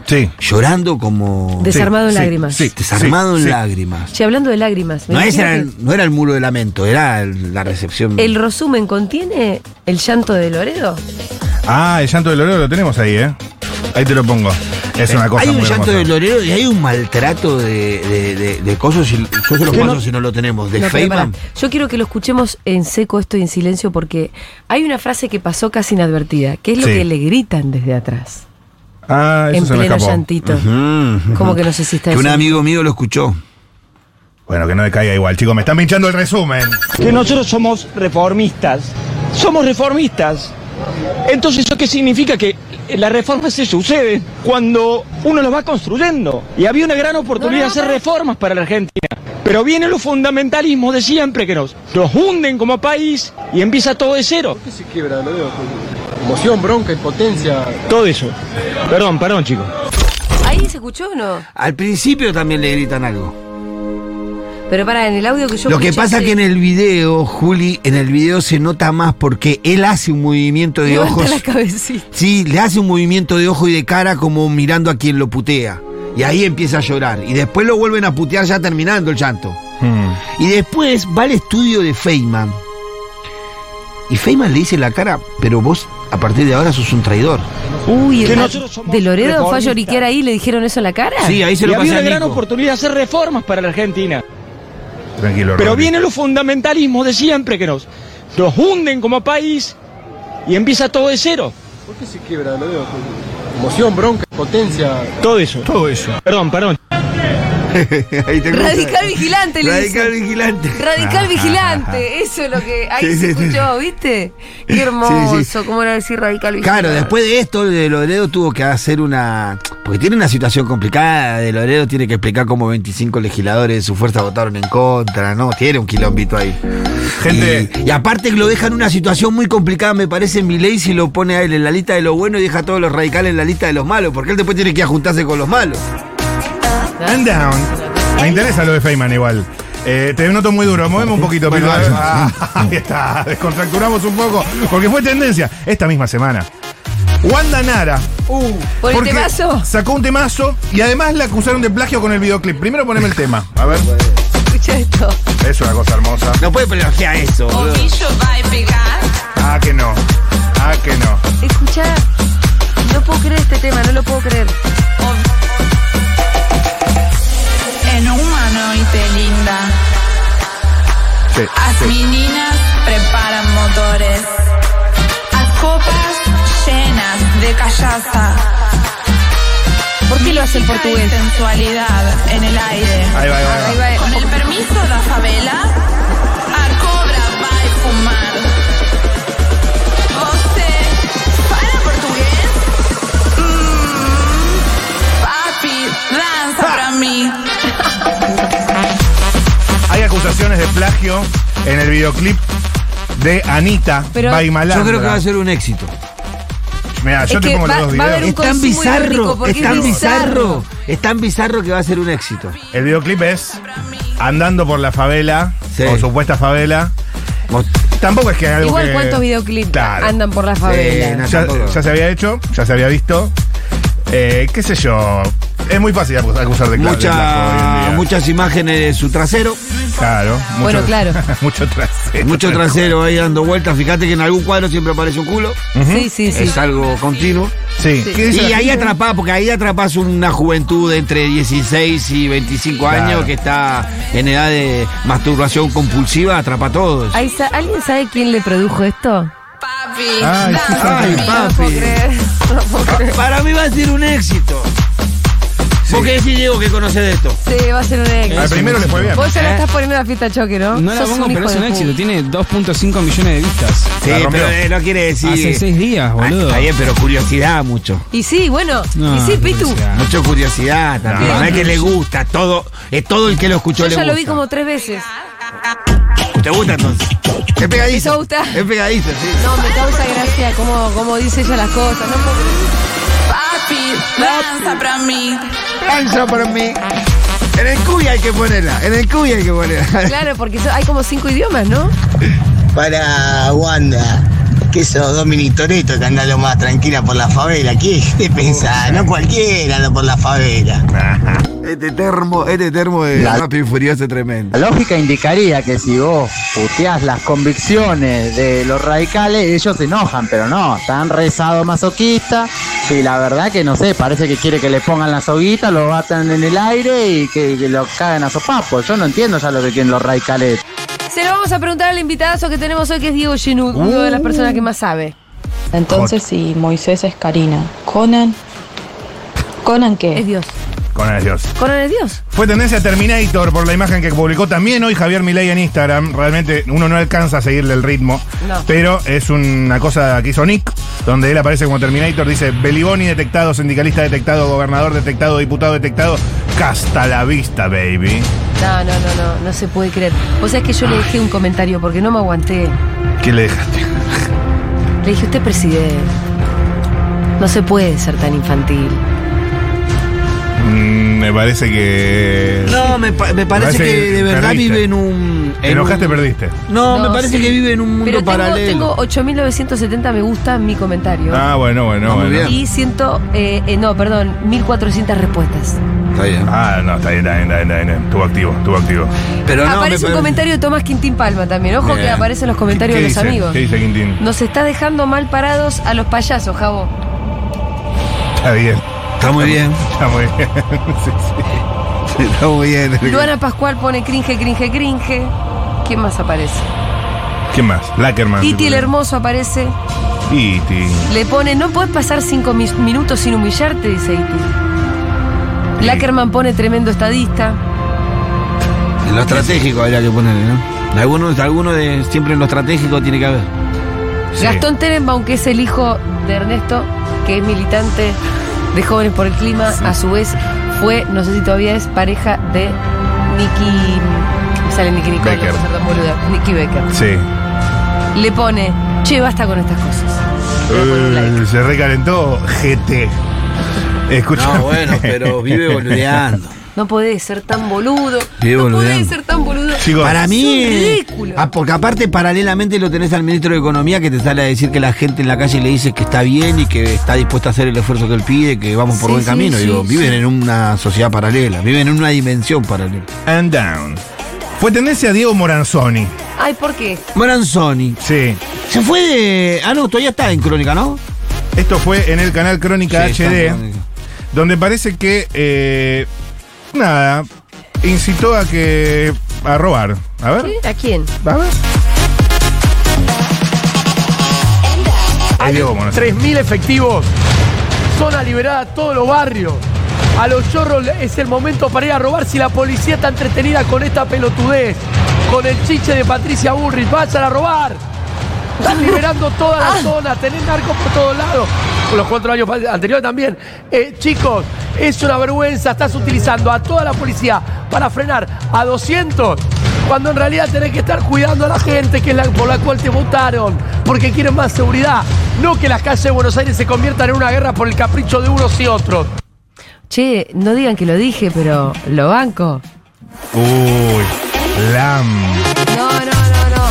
Sí.
llorando como
Desarmado en
sí,
lágrimas.
sí.
desarmado en
sí.
lágrimas.
Che, hablando de lágrimas. me
No, ese
imagino
era,
que
el- no era el muro de lamento, era el- la recepción.
¿El resumen contiene el llanto de Loredo?
Ah, el llanto del Loreo lo tenemos ahí, ¿eh? Ahí te lo pongo. Es una cosa
hay un
muy
llanto
hermosa.
de Lorero y hay un maltrato de, de, de- de cosas. y- yo se los
Yo
paso
no-
si no lo tenemos. De
No, pero pará.
Feynman.
Yo quiero que lo escuchemos en seco esto y en silencio porque hay una frase que pasó casi inadvertida, que es lo
Sí.
que le gritan desde atrás,
Ah, eso
en
se me
pleno
escapó.
llantito. Como que no sé si está
Mm. Que un
eso.
amigo mío lo escuchó.
Bueno, que no me caiga igual, chicos. Me están pinchando el resumen.
Que nosotros somos reformistas. Somos reformistas. Entonces, ¿eso qué significa? Que las reformas se suceden cuando uno las va construyendo. Y había una gran oportunidad de hacer reformas para la Argentina. Pero vienen los fundamentalismos de siempre que nos, nos hunden como país y empieza todo de cero.
Emoción, bronca, impotencia.
Todo eso. Perdón, perdón, chicos.
¿Ahí se escuchó o no?
Al principio también le gritan algo.
Pero para, en el audio que yo
lo que
escuché,
pasa
sí.
que en el video, Juli, en el video se nota más porque él hace un movimiento de
Levanta
ojos.
la cabecita.
Sí, le hace un movimiento de ojo y de cara como mirando a quien lo putea. Y ahí empieza a llorar. Y después lo vuelven a putear ya terminando el llanto.
Hmm.
Y después va al estudio de Feynman. Y Feynman le dice en la cara, pero vos a partir de ahora sos un traidor.
Uy,
Que
el-
nosotros
de Loredo fue a
reformistas.
lloriquear ahí, le dijeron eso en la cara.
y había una gran oportunidad de hacer reformas para la Argentina.
Tranquilo,
Pero
Rodri.
vienen los fundamentalismos de siempre que nos, nos hunden como país y empieza todo de cero.
¿Por qué se quiebra Loredo? Emoción, bronca, potencia.
Todo eso.
Todo eso.
Perdón, perdón.
Ahí te
gusta. Radical vigilante, le
Radical
dice.
vigilante.
Radical vigilante, eso es lo que ahí
Sí,
se
sí, sí.
escuchó, ¿viste? Qué hermoso,
Sí,
cómo era decir radical vigilante.
Claro, después de esto, de Loredo tuvo que hacer una. Porque tiene una situación complicada. De Loredo tiene que explicar cómo 25 legisladores de su fuerza votaron en contra, ¿no? Tiene un quilombito ahí.
Gente.
Y, y aparte que lo deja en una situación muy complicada, me parece, Milei si lo pone a él en la lista de los buenos y deja a todos los radicales en la lista de los malos, porque él después tiene que ir a juntarse con los malos.
And down. Me interesa lo de Feynman igual. Eh, te noto muy duro, movemos un poquito,
Bueno,
Pitu.
dale.
Ah, ahí está, descontracturamos un poco, porque fue tendencia esta misma semana. Wanda Nara.
Uh, ¿Por el
porque
temazo?
Sacó un temazo y además la acusaron de plagio con el videoclip. Primero poneme el tema, a ver.
Escucha esto.
Es una cosa hermosa.
No puede plagiar eso. boludo.
Ah, que no. Ah, que no.
Escucha, no puedo creer este tema, no lo puedo creer.
En humano y te linda.
Sí,
Las
sí.
meninas preparan motores. Las copas llenas de callaza.
¿Por qué lo hace en
Mística
portugués?
y sensualidad en el aire.
Ahí va, ahí va, ahí va.
Ahí va.
Con el permiso de favela, a cobra va a fumar. Você fala portugués? Mm, papi,
Ah.
danza para mí.
Hay acusaciones de plagio en el videoclip de Anita
Pero-
Baimalandra.
Yo creo que va a ser un éxito.
Mirá, yo
Es
te
que
pongo
va-
los dos
va a
videos.
haber un
Es tan
consumo irónico,
bizarro,
porque
es tan
es bizarro.
bizarro, es tan bizarro que va a ser un éxito.
El videoclip es andando por la favela,
Sí.
o supuesta favela.
Mot-
Tampoco es que hay algo
Igual
que-
cuántos videoclips
Claro.
andan por las
Sí, Eh, no,
favelas.
ya,
tampoco.
ya se había hecho, ya se había visto. Eh, qué sé yo. Es muy fácil acus- acusar de cla- de plagio hoy en
Mucha-
día.
muchas imágenes de su trasero,
Claro. mucho-
Bueno, claro.
mucho trasero.
mucho trasero ahí dando vueltas. Fíjate que en algún cuadro siempre aparece un culo.
Ujú.
Sí, sí, sí.
Es algo continuo.
Sí. ¿Qué dice
Y
la
ahí
gente?
atrapás, porque ahí atrapás una juventud de entre 16 y 25
Claro.
años que está en edad de masturbación compulsiva, atrapa a todos.
Ahí sa- ¿Alguien sabe quién le produjo esto?
Papi,
Ay, sí,
danza
Ay,
para mí.
No puedo
papi.
creer. No puedo creer.
Para mí va a ser un éxito. ¿Por qué decís, Diego, que conoces de esto?
Sí, va a ser un
Al
éxito.
primero le fue bien.
Vos ya la estás poniendo la fiesta choque, ¿no?
No la
Sos
pongo,
un
pero
hijo
es
de
un éxito.
puta.
Tiene 2.5 millones de vistas.
Sí,
La rompió.
pero eh, no quiere decir. Ah,
Hace seis días, boludo.
Está bien, pero curiosidad mucho.
Y sí, bueno,
No,
y sí,
qué
Pitu.
curiosidad.
Mucho curiosidad también.
No,
No, es que le gusta, todo, es todo el que lo escuchó
Yo
le
ya lo vi
gusta.
como tres veces.
¿Te gusta entonces? Es pegadizo.
Eso gusta.
Es pegadizo, sí.
No, me causa gracia cómo, cómo dice ella las cosas. No puedo creer.
Papi, danza para mí.
Lanza para mí. En el cuy hay que ponerla, en el cuy hay que ponerla.
Claro, porque so- hay como cinco idiomas, ¿no?
Para Ah, Wanda, que esos dos mini toretos que andan lo más tranquila por la favela. ¿Qué te pensás? No cualquiera anda por la favela.
Este termo, este termo de
La-
rápido y furioso es tremendo.
La lógica indicaría que si vos puteás las convicciones de los radicales, ellos se enojan, pero no, están rezado masoquista y la verdad que no sé, parece que quiere que le pongan la soguita, lo batan en el aire y que, que lo cagan a sopapos. Yo no entiendo ya lo que quieren los radicales.
Se lo vamos a preguntar al invitado que tenemos hoy, que es Diego Genud, uno de
Uh.
las personas que más sabe.
Entonces, si Moisés es Karina, Conan. ¿Conan qué?
Es Dios.
Con el Dios.
Conan es Dios.
Fue tendencia Terminator por la imagen que publicó también hoy Javier Milei en Instagram. Realmente uno no alcanza a seguirle el ritmo.
No.
Pero es una cosa que hizo Nick, donde él aparece como Terminator. Dice, Beliboni detectado, sindicalista detectado, gobernador detectado, diputado detectado. Casta la vista, baby.
No, no, no, no, no se puede creer. O sea, es que yo le dejé un comentario porque no me aguanté.
¿Qué le dejaste?
Le dije, usted presidente, no se puede ser tan infantil.
Mm, me parece que...
No, me, pa- me parece
Parece
que de verdad
perdiste.
vive en un.
Te
en
enojaste,
un-
perdiste.
No,
No,
me parece
sí.
que vive en un mundo
Pero tengo,
paralelo.
tengo 8.970 me gusta en mi comentario.
Ah, bueno, bueno,
No, muy
bueno.
bien.
Y ciento, eh, eh, no, perdón, 1.400 respuestas.
Está bien.
Ah, no, está bien, está bien, está bien, está bien. Estuvo activo, estuvo activo.
Pero
aparece un comentario de Tomás Quintín Palma también. Ojo que
Bien.
aparecen los comentarios
¿Qué
de los
dice?
amigos.
¿Qué dice Quintín?
Nos está dejando mal parados a los payasos, Javo.
Está bien.
Está muy bien.
Está muy bien. Sí,
sí. Está muy bien.
Luana Pascual pone cringe, cringe, cringe. ¿Quién más aparece?
¿Quién más? Lackerman.
Titi el hermoso aparece.
Titi.
Le pone, no puedes pasar cinco mi- minutos sin humillarte, dice Iti. Lackerman pone tremendo estadista.
En lo estratégico habría que ponerle, ¿no? Algunos, alguno de, siempre en lo estratégico tiene que haber.
Gastón Tenenbaum, que es el hijo de Ernesto, que es militante de Jóvenes por el Clima, a su vez fue, no sé si todavía es, pareja de Nicky. Sale Nicky Nicole,
Becker.
no puedo ser tan boluda, Nicky Becker.
Sí.
Le pone, che, basta con estas cosas.
Eh, se recalentó. GT. Escucha.
No, bueno, pero vive boludeando.
No podés ser tan boludo.
Vive
no podés
boludeando.
ser tan boludo.
para
Es
mí.
un ridículo.
Ah, porque aparte, paralelamente lo tenés al ministro de Economía que te sale a decir que la gente en la calle le dice que está bien y que está dispuesta a hacer el esfuerzo que él pide, que vamos por
Sí,
buen
sí,
camino.
sí,
Digo,
sí.
viven en una sociedad paralela, viven en una dimensión paralela.
And down. Fue tendencia a Diego Moranzoni.
Ay, ¿por qué?
Moranzoni.
Sí.
Se fue de. Ah, no, todavía está en Crónica, ¿no?
Esto fue en el canal Crónica
Sí, está en
HD,
Crónica.
donde parece que, eh, nada, incitó a que a robar. A ver.
¿Sí? ¿A quién?
A ver. Es Diego Moranzoni.
3.000 efectivos. Zona liberada, todos los barrios. A los chorros es el momento para ir a robar si la policía está entretenida con esta pelotudez. Con el chiche de Patricia Bullrich. Vayan a robar. Están liberando toda la zona. Tenés narcos por todos lados. Con los cuatro años anteriores también. Eh, chicos, es una vergüenza. Estás utilizando a toda la policía para frenar a 200. Cuando en realidad tenés que estar cuidando a la gente que es la, por la cual te votaron. Porque quieren más seguridad. No que las calles de Buenos Aires se conviertan en una guerra por el capricho de unos y otros.
Che, no digan que lo dije, pero lo banco.
Uy. Lam.
No, no, no, no.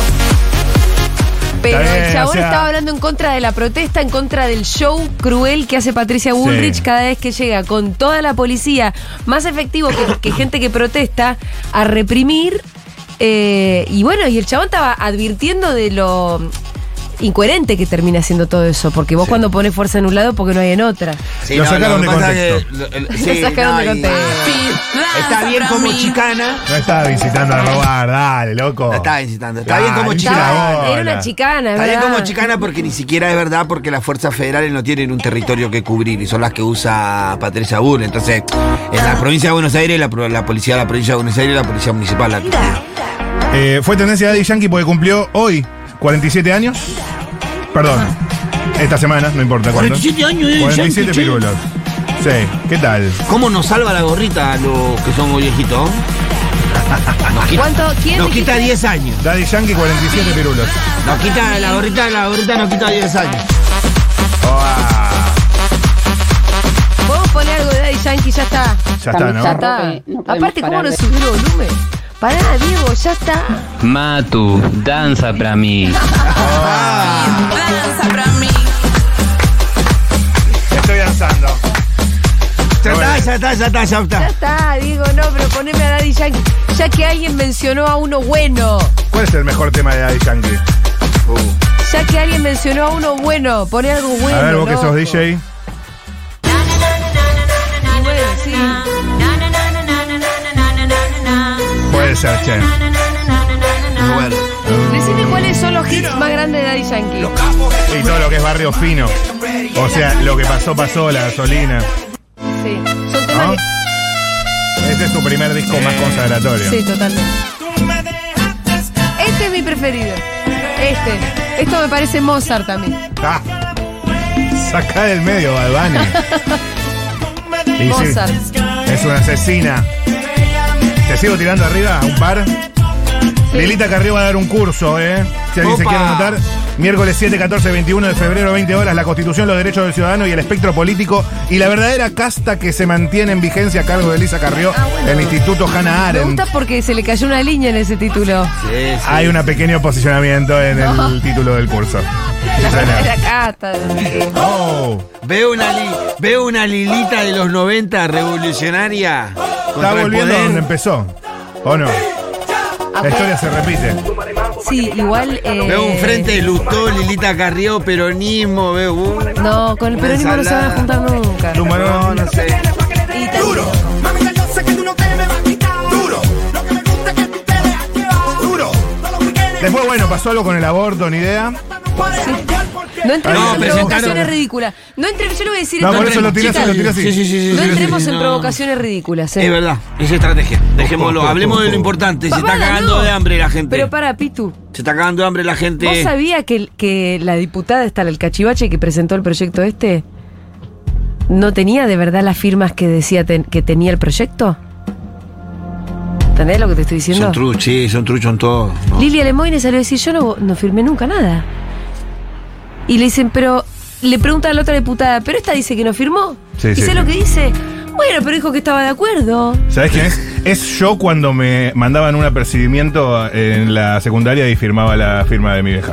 Pero
Está bien,
el chabón
o sea-
estaba hablando en contra de la protesta, en contra del show cruel que hace Patricia Bullrich
Sí.
cada vez que llega con toda la policía, más efectivo que, que gente que protesta, a reprimir. eh, y bueno, y el chabón estaba advirtiendo de lo incoherente que termina siendo todo eso, porque vos cuando pones fuerza en un lado, porque no hay en otra.
Sí,
Lo
no,
sacaron
que
de
pasa es
contexto.
que- lo- el-
Lo
sí,
sacaron
no,
de
y- Ah,
contexto.
Está bien como chicana.
No estaba visitando a robar, dale, loco. No
estaba visitando, está bien como chicana.
Estaba- era una chicana, es
Está bien
¿verdad?
como chicana porque ni siquiera es verdad porque las fuerzas federales no tienen un territorio que cubrir y son las que usa Patricia Bull. Entonces, en
Ah.
la provincia de Buenos Aires, la, pro- la policía de la provincia de Buenos Aires, la policía municipal. La,
Eh, fue tendencia de Daddy Yankee porque cumplió hoy 47 años. Perdón, esta semana, no importa cuánto.
47 años de Daddy
47
Yankee, che.
pirulos. Sí, ¿qué tal?
¿Cómo nos salva la gorrita a los que somos viejitos? Nos quita,
¿Cuánto? ¿Quién
nos quita
dijiste?
10 años.
Daddy Yankee, 47 pirulos.
Nos quita la gorrita, la gorrita nos quita 10 años.
Ah,
Podemos poner algo de Daddy Yankee, ya está.
ya está, ¿no?
Ya está. Aparte, ¿cómo no subió el volumen? Pará, Diego, ya está.
Matu, danza para mí.
Ah.
Ah.
Danza para mí.
Estoy danzando.
Ya está, ya está, ya está, ya
Ya
está.
está, Diego, no, pero poneme a Daddy Yankee. Ya que alguien mencionó a uno bueno.
¿Cuál es el mejor tema de Daddy Yankee?
Ya que alguien mencionó a uno bueno. Poné algo bueno.
A ver, vos que
loco.
sos DJ.
Y bueno, sí.
Puede ser, che.
Bueno.
Decime cuáles son los hits más grandes de Daddy Yankee.
Y todo lo que es barrio fino. O sea, lo que pasó, pasó, la gasolina.
Sí. Son temas
¿no? Este es su primer disco más
que.
consagratorio.
Sí, totalmente. Este es mi preferido. Este. Esto me parece Mozart también.
Ah, saca del medio, Balbani.
Mozart.
es una asesina. Te sigo tirando arriba a un par. Lilita Carrió va a dar un curso, ¿eh? Si alguien se
Opa.
quiere anotar. Miércoles 7, 14, 21 de febrero, 20 horas, la Constitución, los derechos del ciudadano y el espectro político y la verdadera casta que se mantiene en vigencia a cargo de Elisa Carrió, el Instituto Hannah
Ah, Me
Arendt.
gusta porque se le cayó una línea en ese título.
Hay un pequeño posicionamiento en el título del curso. Oh.
La parte de la cata.
Veo una, li- veo una Lilita de los 90 revolucionaria.
Está volviendo a donde empezó. ¿O no? La historia se repite.
Sí, igual. eh,
Veo un frente de Lustó, Lilita Carrió, peronismo, uh. veo un...
No, con el peronismo no se van a juntar nunca.
No, no sé.
Después, bueno, pasó algo con el aborto, ni idea.
No entremos
No,
en
presentaron-
provocaciones ridículas. No entremos, yo lo voy a decir
No,
en
por
contra-
eso lo tiré así,
Chicas,
lo tiré así.
Sí, sí, sí, sí,
No
sí,
entremos
sí,
en
no.
provocaciones ridículas. eh.
Es verdad, es estrategia. Dejémoslo, hablemos de lo importante. Se está
Pará,
cagando
no.
de hambre la gente.
Pero para, Pitu,
Se está cagando de hambre la gente.
¿vos sabías que, el- que la diputada esta, el cachivache que presentó el proyecto este, no tenía de verdad las firmas que decía ten- que tenía el proyecto? ¿Entendés lo que te estoy diciendo?
Son truchos, sí, son truchos en todo. ¿no?
Lilia Lemoyne salió a decir, yo no, no firmé nunca nada. Y le dicen, pero le pregunta a la otra diputada, pero esta dice que no firmó.
Sí,
y
sí,
sé
sí.
lo que dice. Bueno, pero dijo que estaba de acuerdo.
¿Sabés quién es? ¿Eh? Es yo cuando me mandaban un apercibimiento en la secundaria y firmaba la firma de mi vieja.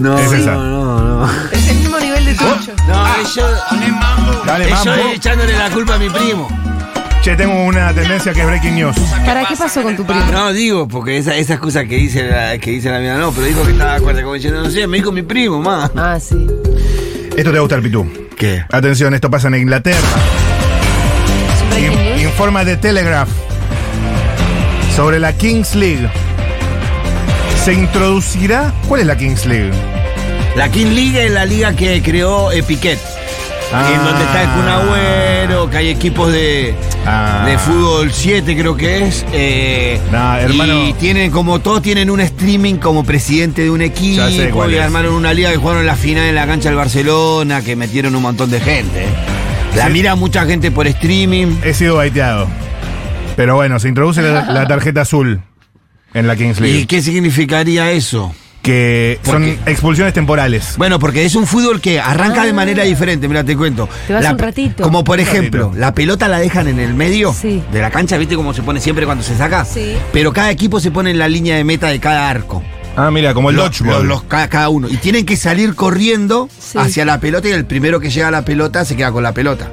No,
es esa.
no, no.
Es el mismo nivel de trucho.
No, yo,
Dale,
yo
mambo.
echándole la culpa a mi primo.
Che, tengo una tendencia que es breaking news.
¿Para qué pasó con tu primo?
No, digo, porque esa, esas cosas que dice la, que dice la mía, no, pero dijo que estaba de acuerdo como diciendo, no sé, me dijo mi primo, más.
Ah, sí.
Esto te va a gustar, Pitú.
¿Qué?
Atención, esto pasa en Inglaterra. In- informa de Telegraph sobre la Kings League. Se introducirá. ¿Cuál es la Kings League?
La King League es la liga que creó eh, Piquet.
Ah.
En donde está el Kun Agüero, que hay equipos de,
Ah.
de fútbol 7 creo que es. eh,
Nah, hermano.
Y tienen, como todos tienen un streaming como presidente de un equipo.
Ya sé cuál
Y
es.
armaron una liga que jugaron la final en la cancha del Barcelona, que metieron un montón de gente. La
Sí.
mira mucha gente por streaming.
He sido baiteado. Pero bueno, se introduce la, la tarjeta azul en la Kings League.
¿Y qué significaría eso?
Que
¿Por
son
qué?
expulsiones temporales.
Bueno, porque es un fútbol que arranca de
Ah.
manera diferente, mira, te cuento.
Te vas
La-
un ratito.
Como por
Un
ejemplo,
ratito.
la pelota la dejan en el medio
Sí.
de la cancha, ¿viste cómo se pone siempre cuando se saca?
Sí.
Pero cada equipo se pone en la línea de meta de cada arco.
Ah, mira, como el
Los-
dodgeball.
los- los- cada, cada uno. Y tienen que salir corriendo
Sí.
hacia la pelota y el primero que llega a la pelota se queda con la pelota.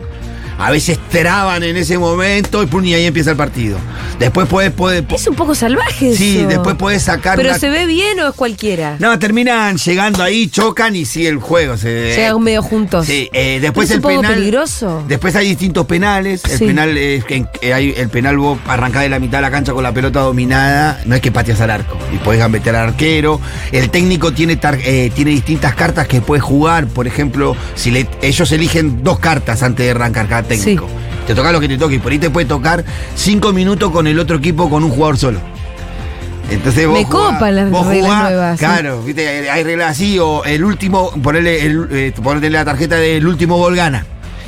A veces traban en ese momento y, pum, y ahí empieza el partido. Después puedes... puedes
Es un poco salvaje
Sí,
eso.
después puedes sacar
Pero
una-
se ve bien o es cualquiera.
No, terminan llegando ahí, chocan y sigue el juego. Se,
Llegan medio juntos.
Sí, eh, después
Pero es
el
un poco
penal.
peligroso.
Después hay distintos penales. El
Sí.
penal es que eh, hay el penal vos arrancás de la mitad de la cancha con la pelota dominada. No es que pateas al arco. Y podés gambetear al arquero. El técnico tiene, tar- eh, tiene distintas cartas que puede jugar. Por ejemplo, si le- ellos eligen dos cartas antes de arrancar cada técnico. Te toca lo que te toque. Y por ahí te puede tocar cinco minutos con el otro equipo con un jugador solo. Entonces vos
Me
jugás-
copan las
vos
reglas
jugás-
nuevas, ¿eh? sí.
Claro, viste, hay- hay reglas así, o el último, ponerle, el, eh, ponerle la tarjeta del último gol gana.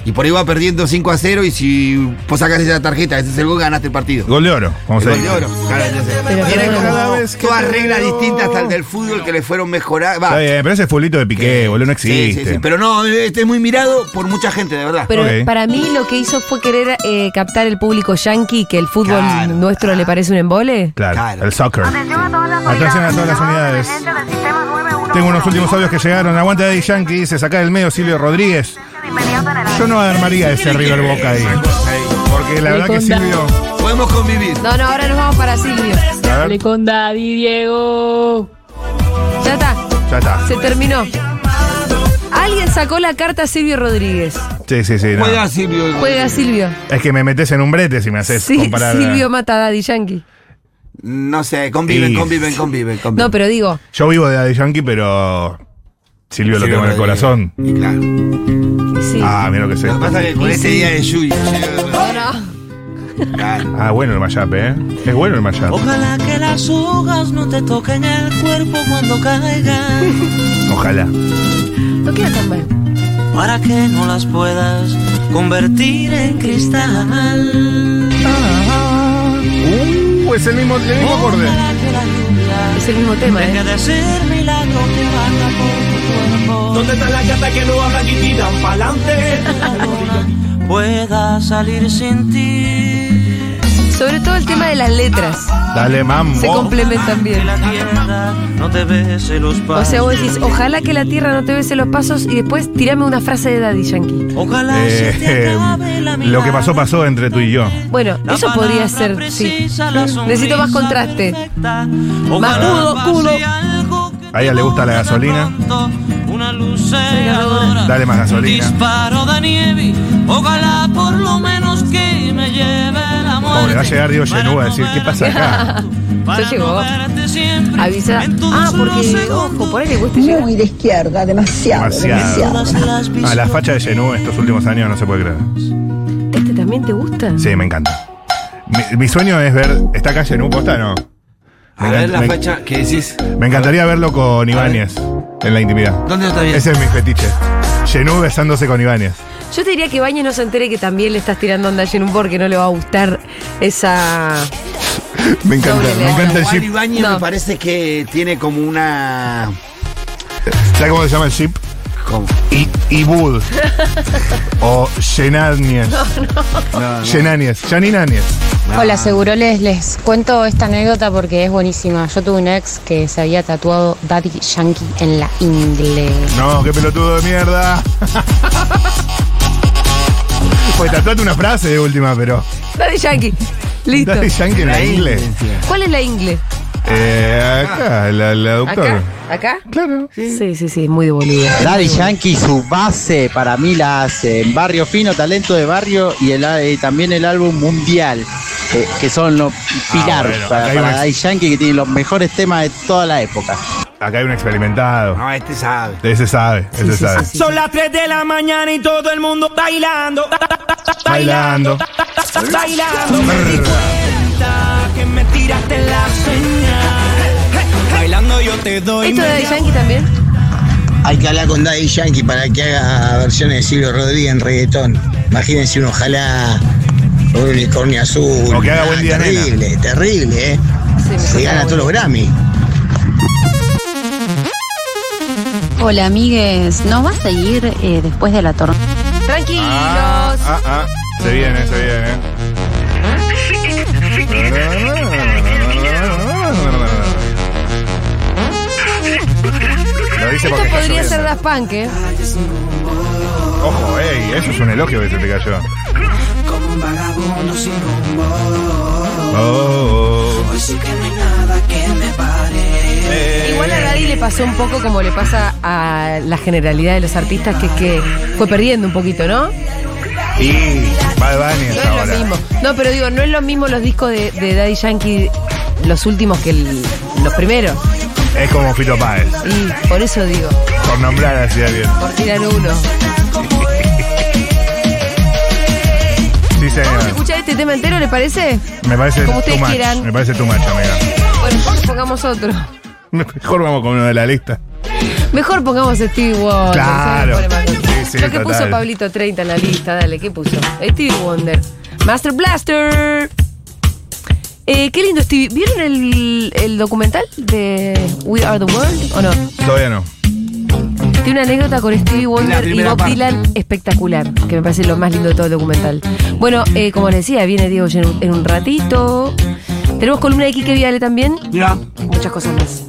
Y por ahí va perdiendo 5 a 0 y si vos sacás esa tarjeta, ese es el gol, ganaste el partido.
Gol de oro. Vamos
El
a
gol de oro. Claro, entonces, tiene
perdón. Cada
como
vez que
todas
te
reglas
veo.
distintas hasta el del fútbol que le fueron mejoradas.
Está
Va.
bien, pero ese fulito de piqué, boludo, no
Sí,
existe.
sí, sí. Pero no, este es muy mirado por mucha gente, de verdad.
Pero
Ok.
para mí lo que hizo fue querer eh, captar el público yanqui que el fútbol
Claro,
nuestro le parece un embole.
Claro,
Claro.
el soccer. Atención a todas las unidades. Tengo unos últimos audios que llegaron. Aguanta Daddy Yankee, dice sacar del medio Silvio Rodríguez. Yo no armaría ese River Boca ahí. Porque la verdad que Silvio.
Podemos convivir.
No, no, ahora nos vamos para Silvio.
A ver,
con Daddy Diego.
Ya está,
ya está.
se terminó. Alguien sacó la carta a Silvio Rodríguez.
Sí, sí, sí. no.
Juega Silvio.
Juega Silvio.
Es que me metes en un brete si me haces
Sí,
comparar. a-
Silvio mata a Daddy Yankee.
No sé, conviven,
Y-
conviven, conviven, conviven.
No, pero digo,
Yo vivo de Daddy Yankee, pero. Silvio lo
Silvio
tengo en el
Rodríguez.
corazón.
Y claro.
sí.
Ah, mira lo que sé.
Lo que pasa es que con
Y
ese
sí.
día de lluvia.
No, no.
Claro.
Ah, bueno el mayape, ¿eh? Es bueno el mayape.
Ojalá que las hojas no te toquen el cuerpo cuando caigan.
Ojalá.
No queda tan mal.
para que no las puedas convertir en cristal.
Uh, es el mismo, el mismo acorde.
Ojalá que la lluvia
Es el mismo tema,
deje
¿eh?
de ser milagro que baja por tu cuerpo.
¿Dónde están las gatas que no hablan y tiran pa'lante?
La luna pueda salir sin ti.
Sobre todo el tema de las letras.
Dale, mambo.
Se complementan bien.
No te bese los
O sea, vos decís, ojalá que la tierra no te bese los pasos y después tirame una frase de Daddy Yankee.
Ojalá
Eh, lo que pasó, pasó entre tú y yo.
Bueno, eso podría ser, sí. Necesito más contraste. Más cudo, cudo.
A ella le gusta la gasolina.
una luz cegadora.
Dale más gasolina.
Disparo de nieve. Ojalá por lo menos que me lleve la
Pobre, va a
muerte.
llegar Diego Genú a decir, ¿qué pasa acá?
Ya llegó. Avisa. Ah, porque, ojo, por ahí le gusta llegar.
Muy de izquierda, demasiado,
Demasiado. A la facha de Genú estos últimos años no se puede creer.
¿Este también te gusta?
Sí, me encanta. Mi, mi sueño es ver. ¿Está acá Genú posta no?
A ver la facha, ¿qué decís?
Me encantaría verlo con Ibáñez en la intimidad.
¿Dónde está bien?
Ese es mi fetiche. Genú besándose con Ibáñez.
Yo te diría que Bañez no se entere que también le estás tirando onda a Jenun porque no le va a gustar esa.
Me encanta, me encanta el
Juan
chip.
Ibáñez me parece que tiene como una.
¿Sabes cómo se llama el chip?
¿Cómo?
I- Ibud. o Genáñez. Genáñez. Janinañez.
Hola, seguro les, les cuento esta anécdota porque es buenísima. Yo tuve un ex que se había tatuado Daddy Yankee en la ingle.
No, qué pelotudo de mierda. Pues tatuate una frase de última, pero.
Daddy Yankee. Listo.
Daddy Yankee en la ingle.
¿Cuál es la ingle?
Eh, acá, la, la doctora.
¿Acá? ¿Acá?
Claro.
Sí, sí, sí, muy de boludo.
Daddy Yankee, su base para mí la hace en Barrio Fino, Talento de Barrio y el, eh, también el álbum Mundial, eh, que son los pilar
Ah, bueno, acá
para,
hay
para
una-
Daddy Yankee, que tiene los mejores temas de toda la época.
Acá hay un experimentado.
Ah.
No, este sabe.
Ese sabe, ese sabe.
Son las 3 de la mañana y todo el mundo bailando.
Bailando.
Bailando. Me di cuenta que me tiraste la señal. Bailando yo te doy.
¿Esto de Daddy Yankee también?
Hay que hablar con Daddy Yankee para que haga versiones de Silvio Rodríguez en reggaetón. Imagínense un ojalá, un unicornio azul. Ah,
O que haga buen día, nena.
Terrible, terrible, ¿eh? Se gana todos los Grammy.
Hola, amigues. ¿No vas a ir eh, después de la torre?
Tranquilos.
Ah, ah, ah. Se viene, se viene. Lo dice
Esto
porque está
podría ser
lloviendo.
Daft Punk, ¿eh?
Ojo, ey, eso es un elogio que se te cayó.
Como un vagabundo sin rumbo.
Oh, oh.
Hoy sí que no hay nada que me
Eh.
pare.
Igual a Daddy le pasó un poco como le pasa a la generalidad de los artistas, que es que fue perdiendo un poquito, ¿no?
Y Bad Bunny
No
es
es lo
ahora.
mismo. No, pero digo, no es lo mismo los discos de, de Daddy Yankee, los últimos que el- los primeros.
Es como Fito Páez,
Y por eso digo,
por nombrar así a alguien.
por tirar uno.
Sí,
Vamos a
señor.
escuchar este tema entero, ¿le parece?
Me parece
Como
too
ustedes
much.
quieran.
Me parece too much, amiga.
Bueno, pongamos otro.
Mejor vamos con uno de la lista.
Mejor pongamos Stevie Wonder.
Claro.
¿sabes? Pone más cosas.
Sí, sí,
Lo que
total.
puso Pablito 30 en la lista, dale, ¿qué puso? Stevie Wonder. Master Blaster. Eh, qué lindo Stevie. ¿Vieron el, el documental de We Are the World o no?
Todavía no.
Tiene una anécdota con Stevie Wonder y
primera
Bob
parte.
Dylan espectacular, que me parece lo más lindo de todo el documental. Bueno, eh, como les decía, viene Diego en un, en un ratito. Tenemos columna de Quique Viale también. Muchas cosas más.